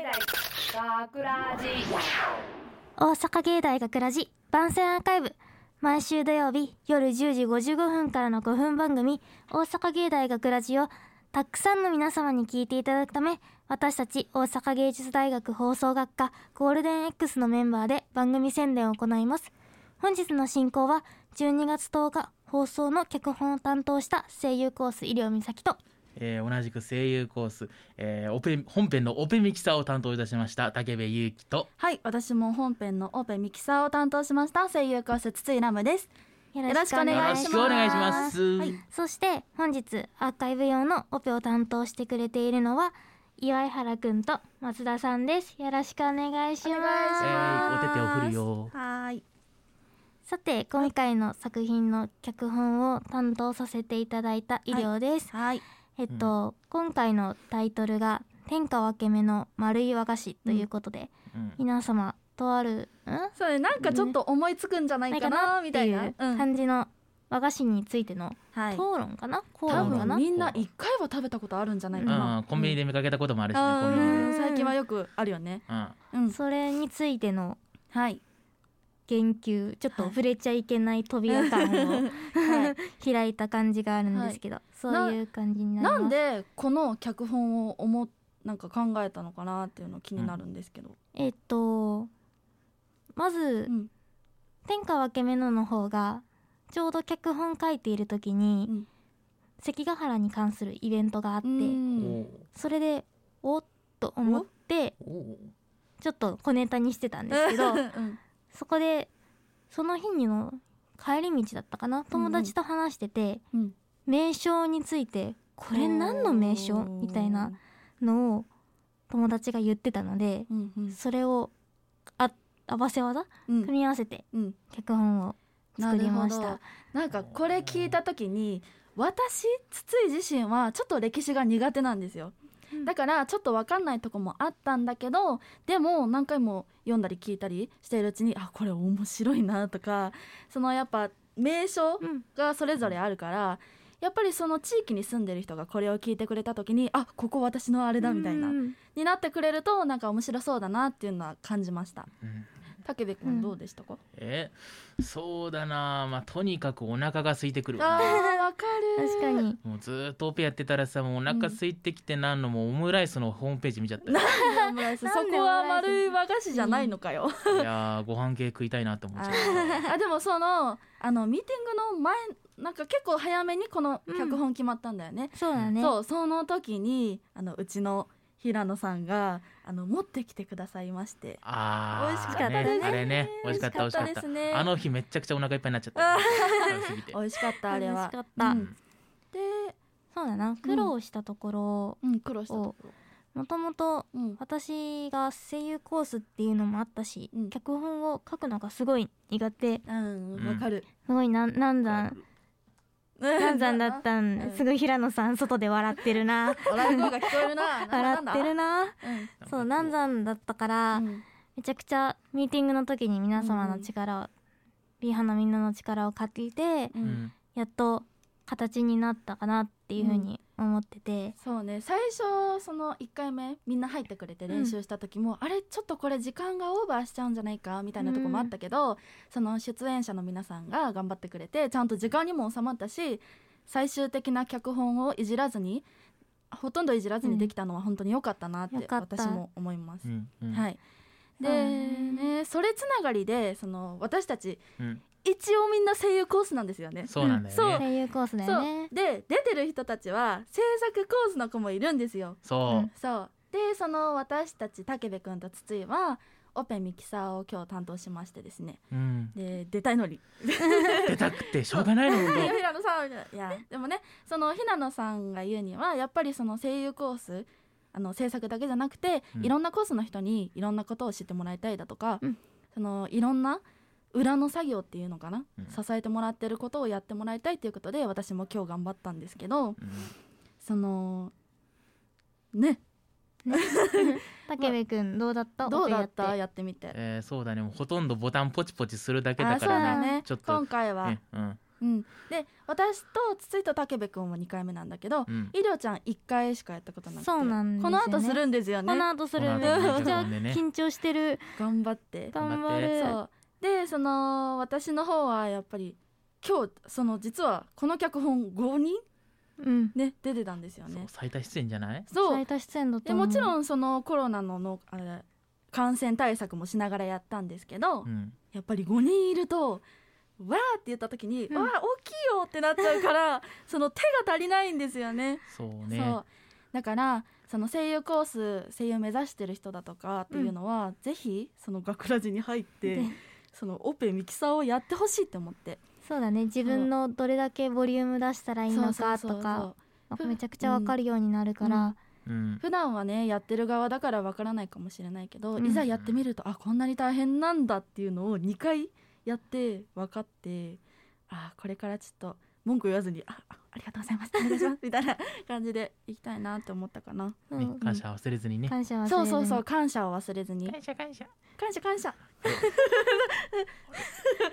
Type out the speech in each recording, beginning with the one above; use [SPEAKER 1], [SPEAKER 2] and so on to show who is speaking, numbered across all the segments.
[SPEAKER 1] 大学ラジ
[SPEAKER 2] 大阪芸大学ラジ番宣アーカイブ毎週土曜日夜10時55分からの5分番組「大阪芸大学ラジをたくさんの皆様に聞いていただくため私たち大阪芸術大学放送学科ゴールデン X のメンバーで番組宣伝を行います本日の進行は12月10日放送の脚本を担当した声優コース医療美咲と
[SPEAKER 3] えー同じく声優コース、えーオペ本編のオペミキサーを担当いたしました竹部祐希と
[SPEAKER 4] はい、私も本編のオペミキサーを担当しました声優コース筒井ラムです。
[SPEAKER 2] よ
[SPEAKER 4] ろしく
[SPEAKER 3] よ
[SPEAKER 4] お願
[SPEAKER 3] ろ
[SPEAKER 4] いします
[SPEAKER 3] しくお願いします。
[SPEAKER 4] はい
[SPEAKER 2] そして本日アーカイブ用のオペを担当してくれているのは岩井原くんと松田さんですよろしくお願いします
[SPEAKER 3] えーお手手を振るよ。
[SPEAKER 4] はーい、
[SPEAKER 2] さて今回の作品の脚本を担当させていただいた医療です、
[SPEAKER 4] はい、
[SPEAKER 2] えっと、今回のタイトルが天下分け目の丸い和菓子ということで、
[SPEAKER 3] うん
[SPEAKER 2] 皆様とあるん
[SPEAKER 4] そうね、なんかちょっと思いつくんじゃないかなみ
[SPEAKER 2] って
[SPEAKER 4] たい
[SPEAKER 2] い
[SPEAKER 4] な。
[SPEAKER 2] う
[SPEAKER 4] うん
[SPEAKER 2] 感じの和菓子についての
[SPEAKER 4] はい、
[SPEAKER 2] 討論かな、口
[SPEAKER 4] 多
[SPEAKER 2] 論か
[SPEAKER 4] 分
[SPEAKER 2] な
[SPEAKER 4] みんな一回は食べたことあるんじゃないかな。
[SPEAKER 3] うんコンビニで見かけたこともあるしね、
[SPEAKER 4] あ
[SPEAKER 3] コンビニで
[SPEAKER 4] ー、
[SPEAKER 2] で
[SPEAKER 4] 最近はよくあるよね。
[SPEAKER 3] うん。
[SPEAKER 4] うん、
[SPEAKER 2] それについての
[SPEAKER 4] はい、
[SPEAKER 2] 言及ちょっと
[SPEAKER 4] はい
[SPEAKER 2] 触れちゃいけない扉感を
[SPEAKER 4] はい
[SPEAKER 2] 開いた感じがあるんですけど、そういう感じになります
[SPEAKER 4] なんでこの脚本を思っなんか考えたのかなっていうの気になるんですけど。
[SPEAKER 2] えっとまず、
[SPEAKER 4] うん
[SPEAKER 2] 天下分け目のの方がちょうど脚本書いている時に、
[SPEAKER 4] うん
[SPEAKER 2] 関ヶ原に関するイベントがあって、
[SPEAKER 4] うん、
[SPEAKER 3] お
[SPEAKER 2] それでおっと思って
[SPEAKER 3] ーお
[SPEAKER 2] ちょっと小ネタにしてたんですけ ど
[SPEAKER 4] うん
[SPEAKER 2] そこでその日の帰り道だったかな友達と話してて、
[SPEAKER 4] うん
[SPEAKER 2] 名称についてこれ何の名称みたいな。のを友達が言ってたので
[SPEAKER 4] うんうん
[SPEAKER 2] それをあ合わせ技
[SPEAKER 4] うん
[SPEAKER 2] 組み合わせて
[SPEAKER 4] うん
[SPEAKER 2] 脚本を作りまし
[SPEAKER 4] なる
[SPEAKER 2] た
[SPEAKER 4] ほどなんかこれ聞いた時に私筒井自身はちょっと歴史が苦手なんですよ
[SPEAKER 2] うん
[SPEAKER 4] だからちょっと分かんないとこもあったんだけどでも何回も読んだり聞いたりしているうちにあこれ面白いなとかそのやっぱ名称
[SPEAKER 2] うん
[SPEAKER 4] がそれぞれあるからやっぱりその地域に住んでる人がこれを聞いてくれた時にあここ私のあれだみたいな
[SPEAKER 2] うん
[SPEAKER 4] になってくれるとなんか面白そうだなっていうのは感じました
[SPEAKER 3] うん
[SPEAKER 4] 武部君どうでしたか、
[SPEAKER 3] えそうだなまあとにかくお腹が空いてくるわ
[SPEAKER 4] あ
[SPEAKER 3] な
[SPEAKER 4] ーわかる
[SPEAKER 2] 確 かに
[SPEAKER 3] もうずーっとオペやってたらさもうお腹空いてきてなんのもうオムライスのホームページ見ちゃったよ
[SPEAKER 4] オムライスそ
[SPEAKER 2] なんで
[SPEAKER 4] こは丸い和菓子じゃないのかよ。
[SPEAKER 3] いやーご飯系食いたいなと思っちゃっ
[SPEAKER 4] あでもそのあのミーティングの前なんか結構早めにこの脚本決まったんだよね。
[SPEAKER 2] そうだね
[SPEAKER 4] そうその時にあのうちの平野さんがあの持ってきてくださいまし
[SPEAKER 3] た
[SPEAKER 4] て。
[SPEAKER 3] あー
[SPEAKER 4] 美味しかったです
[SPEAKER 3] ねあれね美味しかった美味しかっ
[SPEAKER 4] で
[SPEAKER 3] た
[SPEAKER 4] すね。
[SPEAKER 3] あの日めっちゃくちゃお腹いっぱいになっちゃった食べすぎて
[SPEAKER 4] 美味しかったあれ
[SPEAKER 2] 楽
[SPEAKER 4] は
[SPEAKER 2] しか。った、
[SPEAKER 4] うんで、
[SPEAKER 2] そうだな苦労したところ
[SPEAKER 4] うん苦労したところ。
[SPEAKER 2] もともと
[SPEAKER 4] うん
[SPEAKER 2] 私が声優コースっていうのもあったし、
[SPEAKER 4] うん
[SPEAKER 2] 脚本を書くのがすごい苦手
[SPEAKER 4] うんわ かる。
[SPEAKER 2] すごいなんなんだん
[SPEAKER 4] な
[SPEAKER 2] 難産だっ。た
[SPEAKER 4] うん
[SPEAKER 2] んすごい平野さん外で笑ってるな
[SPEAKER 4] 笑い声が聞こえる な。
[SPEAKER 2] 笑ってる
[SPEAKER 4] な
[SPEAKER 2] なそう難
[SPEAKER 3] だ
[SPEAKER 2] 産だったから、
[SPEAKER 4] んだ。うん
[SPEAKER 2] めちゃくちゃミーティングの時に皆様の力を、リハのみんなの力を借りて
[SPEAKER 4] う
[SPEAKER 3] うんん
[SPEAKER 2] やっと形になったかなっていうふうに思ってて、
[SPEAKER 4] そうね最初その1回目みんな入ってくれて練習した時も、あれちょっとこれ時間がオーバーしちゃうんじゃないかみたいなとこもあったけど、その出演者の皆さんが頑張ってくれてちゃんと時間にも収まったし最終的な脚本をいじらずにほとんどいじらずにできたのは本当に良かったなって
[SPEAKER 2] よかった
[SPEAKER 4] 私も思います。
[SPEAKER 3] うんうん
[SPEAKER 4] はいで
[SPEAKER 2] そうね
[SPEAKER 4] ね、それつながりでその私たち
[SPEAKER 3] うん
[SPEAKER 4] 一応みんな声優コースなんですよね。
[SPEAKER 3] そうなんだ
[SPEAKER 4] そ
[SPEAKER 3] よね
[SPEAKER 4] う
[SPEAKER 2] 声優コースだ
[SPEAKER 4] そ
[SPEAKER 2] よね
[SPEAKER 4] うで出てる人たちは制作コースの子もいるんですよ。
[SPEAKER 3] そ
[SPEAKER 2] う
[SPEAKER 3] う
[SPEAKER 2] ん
[SPEAKER 4] そうでその私たち武部君と筒井はオペミキサーを今日担当しましてですね
[SPEAKER 3] うん
[SPEAKER 4] で出たいのに
[SPEAKER 3] 出たくてしょうがないの
[SPEAKER 4] 「いや
[SPEAKER 3] 本
[SPEAKER 4] 平野さん」みたいな「いやでもねその平野さんが言うにはやっぱりその声優コースあの制作だけじゃなくて、
[SPEAKER 3] うん
[SPEAKER 4] いろんなコースの人にいろんなことを知ってもらいたいだとか、
[SPEAKER 2] うん
[SPEAKER 4] そのいろんな裏の作業っていうのかな、
[SPEAKER 3] うん
[SPEAKER 4] 支えてもらってることをやってもらいたいということで私も今日頑張ったんですけど
[SPEAKER 3] 当うん
[SPEAKER 4] そのね
[SPEAKER 2] 武部くんどうだった
[SPEAKER 4] どうだっ
[SPEAKER 2] オペ
[SPEAKER 4] た
[SPEAKER 2] や
[SPEAKER 4] やってみて。
[SPEAKER 3] えーそうだねもうほとんどボタンポチポチするだけ
[SPEAKER 4] あ
[SPEAKER 3] だ
[SPEAKER 4] そ
[SPEAKER 3] か
[SPEAKER 4] う
[SPEAKER 3] ら
[SPEAKER 4] だ
[SPEAKER 3] ね
[SPEAKER 4] ね
[SPEAKER 3] ちょっと
[SPEAKER 4] 今回は、
[SPEAKER 3] ねうん
[SPEAKER 4] うん、で私と筒井と武部君も2回目なんだけど、
[SPEAKER 3] うん
[SPEAKER 4] 医療ちゃん1回しかやったことなくて
[SPEAKER 2] そうなんですよ
[SPEAKER 4] こ
[SPEAKER 2] ね
[SPEAKER 4] の後するんですよ
[SPEAKER 2] こ
[SPEAKER 4] ね
[SPEAKER 2] の後する
[SPEAKER 3] こ
[SPEAKER 2] め
[SPEAKER 3] の
[SPEAKER 2] ちゃ
[SPEAKER 3] 後
[SPEAKER 2] くちゃ
[SPEAKER 3] ねね
[SPEAKER 2] 緊張してる
[SPEAKER 4] 頑張って
[SPEAKER 2] 頑
[SPEAKER 3] 頑
[SPEAKER 2] 張
[SPEAKER 3] 張って
[SPEAKER 2] る
[SPEAKER 4] そうでその私の方はやっぱり今日その実はこの脚本5人
[SPEAKER 2] うん
[SPEAKER 4] ね出てたんですよ
[SPEAKER 3] そう
[SPEAKER 4] ね
[SPEAKER 3] 最多出演じゃない
[SPEAKER 4] そう
[SPEAKER 2] 最多出演だと
[SPEAKER 4] で
[SPEAKER 2] 思う
[SPEAKER 4] もちろんそのコロナののあれ感染対策もしながらやったんですけど、
[SPEAKER 3] うん
[SPEAKER 4] やっぱり5人いると「わー」って言った時に「
[SPEAKER 2] うん
[SPEAKER 4] わー大きいよ」ってなっちゃうから その手が足りないんですよね。
[SPEAKER 3] そうね
[SPEAKER 4] そうだからその声優コース声優目指してる人だとかっていうのは、ぜひその学ラジに入って
[SPEAKER 2] で
[SPEAKER 4] そのオペミキサーをやってほしいって思って
[SPEAKER 2] そうだね自分のどれだけボリューム出したらいいのか
[SPEAKER 4] そうそうそ
[SPEAKER 2] と
[SPEAKER 4] う
[SPEAKER 2] か
[SPEAKER 4] そう
[SPEAKER 2] めちゃくちゃわかるようになるから、
[SPEAKER 3] うん
[SPEAKER 4] 普段はねやってる側だからわからないかもしれないけど、
[SPEAKER 2] うん
[SPEAKER 4] いざやってみるとあこんなに大変なんだっていうのを2回やって分かってあこれからちょっと文句言わずにああありがとうございますお願いしますみたいな感じでいきたいなって思ったかな、
[SPEAKER 2] う
[SPEAKER 3] ね
[SPEAKER 2] ん
[SPEAKER 3] 感謝忘れずにね
[SPEAKER 2] 感謝は
[SPEAKER 4] そうそうそう感謝を忘れずに
[SPEAKER 3] 謝感謝
[SPEAKER 4] 感謝感謝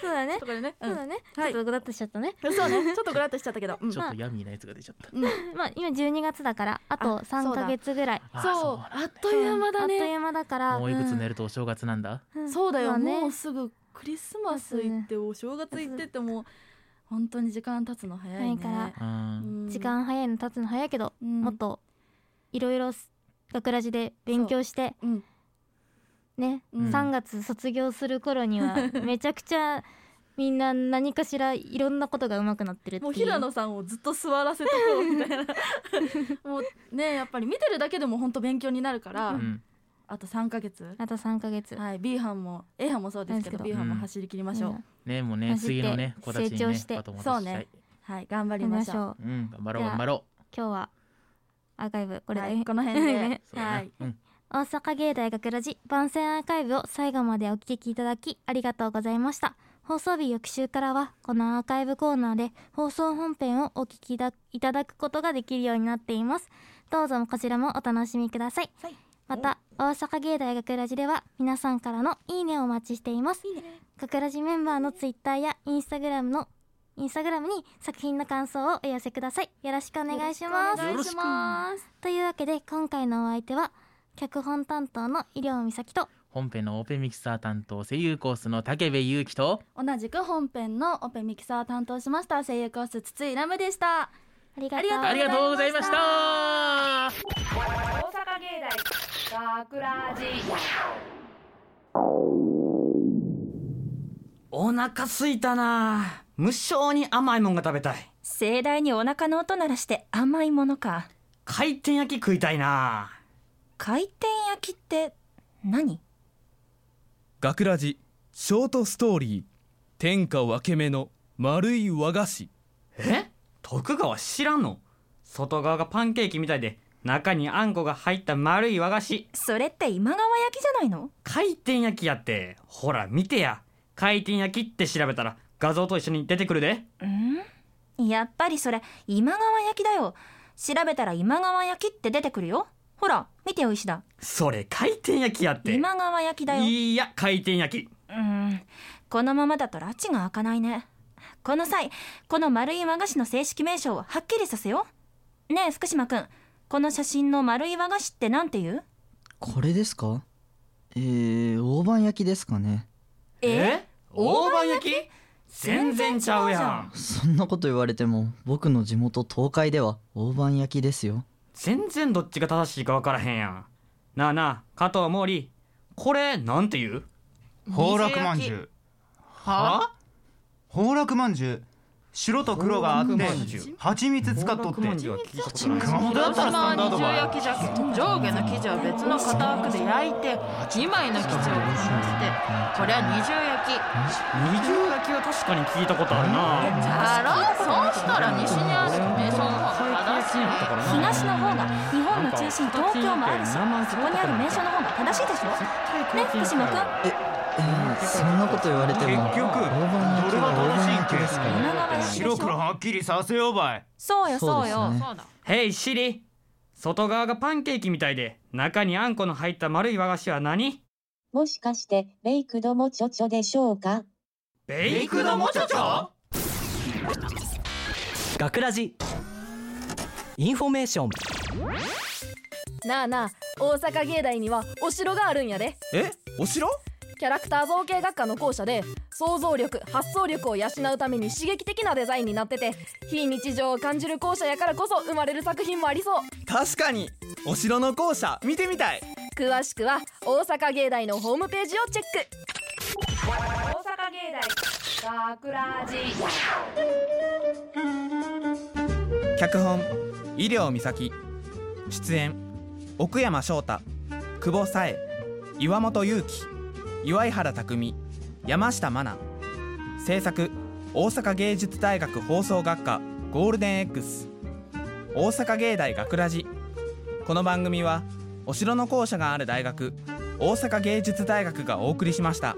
[SPEAKER 2] そうだね
[SPEAKER 4] とかでね、う
[SPEAKER 2] そうんだね、
[SPEAKER 4] はい
[SPEAKER 2] ちょっとグダッとしちゃったね
[SPEAKER 4] そうねちょっとグラッとしちゃったけど、うん
[SPEAKER 3] ちょっと闇なやつが出ちゃった
[SPEAKER 4] うん
[SPEAKER 2] まあ今12月だからあと
[SPEAKER 4] あ
[SPEAKER 2] 3ヶ月ぐらい
[SPEAKER 3] あ
[SPEAKER 4] そう
[SPEAKER 3] なんだ
[SPEAKER 4] あっという間だ
[SPEAKER 2] あっと
[SPEAKER 4] ね
[SPEAKER 2] いう間だから
[SPEAKER 3] もういくつ寝るとお正月なんだ
[SPEAKER 2] うん
[SPEAKER 4] そうだよ、
[SPEAKER 2] まあ
[SPEAKER 4] もうすぐクリスマス行ってお正月行ってってもう本当に時間経つの早いね
[SPEAKER 2] 早いから
[SPEAKER 3] う
[SPEAKER 4] うんん
[SPEAKER 2] 時間早いの経つの早いけど、
[SPEAKER 4] うん
[SPEAKER 2] もっといろいろ学ラジで勉強して
[SPEAKER 4] うん
[SPEAKER 2] ね、
[SPEAKER 4] うん
[SPEAKER 2] 3月卒業する頃 にはめちゃくちゃみんな何かしらいろんなことが上手くなってるっていう
[SPEAKER 4] もう平野さんをずっと座らせとこ うみたいな もうねやっぱり見てるだけでも本当勉強になるから、
[SPEAKER 3] うん
[SPEAKER 4] あと3ヶ月、
[SPEAKER 2] あと3ヶ月、
[SPEAKER 4] はい、B 班も A 班もそうですけ
[SPEAKER 2] ですけ
[SPEAKER 4] ど
[SPEAKER 2] ど
[SPEAKER 4] B 班も
[SPEAKER 3] うん
[SPEAKER 4] 走り切りましょう、
[SPEAKER 2] うん
[SPEAKER 3] ねもうね
[SPEAKER 2] 走って
[SPEAKER 3] 次のね子たちに
[SPEAKER 2] 成長
[SPEAKER 3] ね
[SPEAKER 2] して
[SPEAKER 3] バトン渡したい
[SPEAKER 4] はい頑張り
[SPEAKER 2] やり
[SPEAKER 4] ま
[SPEAKER 2] ま
[SPEAKER 4] し
[SPEAKER 2] し
[SPEAKER 4] ょう
[SPEAKER 2] ょう
[SPEAKER 3] うん頑張ろ
[SPEAKER 2] じゃ
[SPEAKER 3] う
[SPEAKER 2] あ
[SPEAKER 3] 頑張ろ
[SPEAKER 2] 今日はアーカイブこれで、
[SPEAKER 4] はいこの辺で、
[SPEAKER 3] うそうだな
[SPEAKER 4] はい、
[SPEAKER 3] うん
[SPEAKER 2] 大阪芸大学ラジ番宣アーカイブを最後までお聞きいただきありがとうございました放送日翌週からはこのアーカイブコーナーで放送本編をお聞きだいただくことができるようになっていますどうぞこちらもお楽しみください
[SPEAKER 4] はい
[SPEAKER 2] また大阪芸大学ラジでは皆さんからのいいねをお待ちしています
[SPEAKER 4] いいね
[SPEAKER 2] 学ラジメンバーのツイッターやインスタグラムのインスタグラムに作品の感想をお寄せくださいよろしくお願いします
[SPEAKER 4] よろ
[SPEAKER 3] ろ
[SPEAKER 4] し
[SPEAKER 3] し
[SPEAKER 4] く
[SPEAKER 3] く
[SPEAKER 4] お願いします
[SPEAKER 2] というわけで今回のお相手は脚本担当の医療美咲と
[SPEAKER 3] 本編のオペミキサー担当声優コースの武部勇樹と
[SPEAKER 4] 同じく本編のオペミキサーを担当しました声優コース筒井ラムでし
[SPEAKER 2] あ
[SPEAKER 4] た
[SPEAKER 2] りが
[SPEAKER 4] ありがとう
[SPEAKER 3] ありがとうございました
[SPEAKER 1] 大阪芸大学ラジ
[SPEAKER 5] お腹すいたな無性に甘いもんが食べたい
[SPEAKER 6] 盛大にお腹の音鳴らして甘いものか
[SPEAKER 5] 回転焼き食いたいな
[SPEAKER 6] 回転焼きって何
[SPEAKER 7] 学ラジショートストーリー天下分け目の丸い和菓子
[SPEAKER 5] え徳川知らんの外側がパンケーキみたいで中にあんこが入った丸い和菓子
[SPEAKER 6] それって今川焼きじゃないの
[SPEAKER 5] 回転焼きやってほら見てや回転焼きって調べたら画像と一緒に出てくるで
[SPEAKER 6] うんやっぱりそれ今川焼きだよ調べたら今川焼きって出てくるよほら見てよ石田
[SPEAKER 5] それ回転焼きやって
[SPEAKER 6] 今川焼きだよ
[SPEAKER 5] いや回転焼き
[SPEAKER 6] うんこのままだと拉致が開かないねこの際この丸い和菓子の正式名称をはっきりさせようねえ福島くんこの写真の丸い和菓子ってなんて言う
[SPEAKER 8] これですかえー、大判焼きですかね
[SPEAKER 5] 大判焼き全然ちゃうやん
[SPEAKER 8] そんなこと言われても僕の地元東海では大判焼きですよ
[SPEAKER 5] 全然どっちが正しいか分からへんやんなあなあ加藤毛利これなんて言う
[SPEAKER 9] 崩落まんじゅう
[SPEAKER 5] は
[SPEAKER 9] 崩落まんじゅう白と黒があって
[SPEAKER 5] 崩落まんじゅう
[SPEAKER 9] 蜂蜜使っとって
[SPEAKER 5] は聞いたこと
[SPEAKER 9] 熊本だったらスタンダード
[SPEAKER 10] 重
[SPEAKER 9] バイ
[SPEAKER 10] 焼きじゃけど上下の生地を別の型枠で焼いて2枚の生地を重ねてこれは二重焼き
[SPEAKER 5] 二重焼きは確かに聞いたことあるな
[SPEAKER 10] だろそうしたら西にある名称の方が正し
[SPEAKER 6] 東
[SPEAKER 10] い
[SPEAKER 6] の方が日本の中心東京もあるしそ
[SPEAKER 5] なんか
[SPEAKER 6] こにある名所の方が正しいでしょね福島くん
[SPEAKER 8] えー、そんなこと言われても大判
[SPEAKER 9] 結局
[SPEAKER 8] 焼きは大判焼きですか
[SPEAKER 6] 今
[SPEAKER 8] ら
[SPEAKER 6] 川焼きでし
[SPEAKER 9] 白黒
[SPEAKER 6] ょ
[SPEAKER 9] はっきりさせようばい
[SPEAKER 6] そうよそうよ
[SPEAKER 8] そうですね
[SPEAKER 10] そうだ
[SPEAKER 5] ヘイシリ外側がパンケーキみたいで中にあんこの入った丸い和菓子は何
[SPEAKER 11] もしかして、ベイクドもちょちょでしょうか
[SPEAKER 5] ベイクドモチョチョ
[SPEAKER 12] 学ラジインフォメーション
[SPEAKER 4] なあなあ大阪芸大にはお城があるんやで
[SPEAKER 13] えお城
[SPEAKER 4] キャラクター造形学科の校舎で想像力発想力を養うために刺激的なデザインになってて非日常を感じる校舎やからこそ生まれる作品もありそう
[SPEAKER 13] 確かにお城の校舎見てみたい
[SPEAKER 4] 詳しくは大阪芸大のホームページをチェック
[SPEAKER 1] 大阪芸大学ラジ
[SPEAKER 5] 脚本医療美咲出演奥山翔太久保紗恵岩本裕樹岩井原拓海山下真奈制作大阪芸術大学放送学科ゴールデン X 大阪芸大学ラジこの番組はお城の校舎がある大学大阪芸術大学がお送りしました。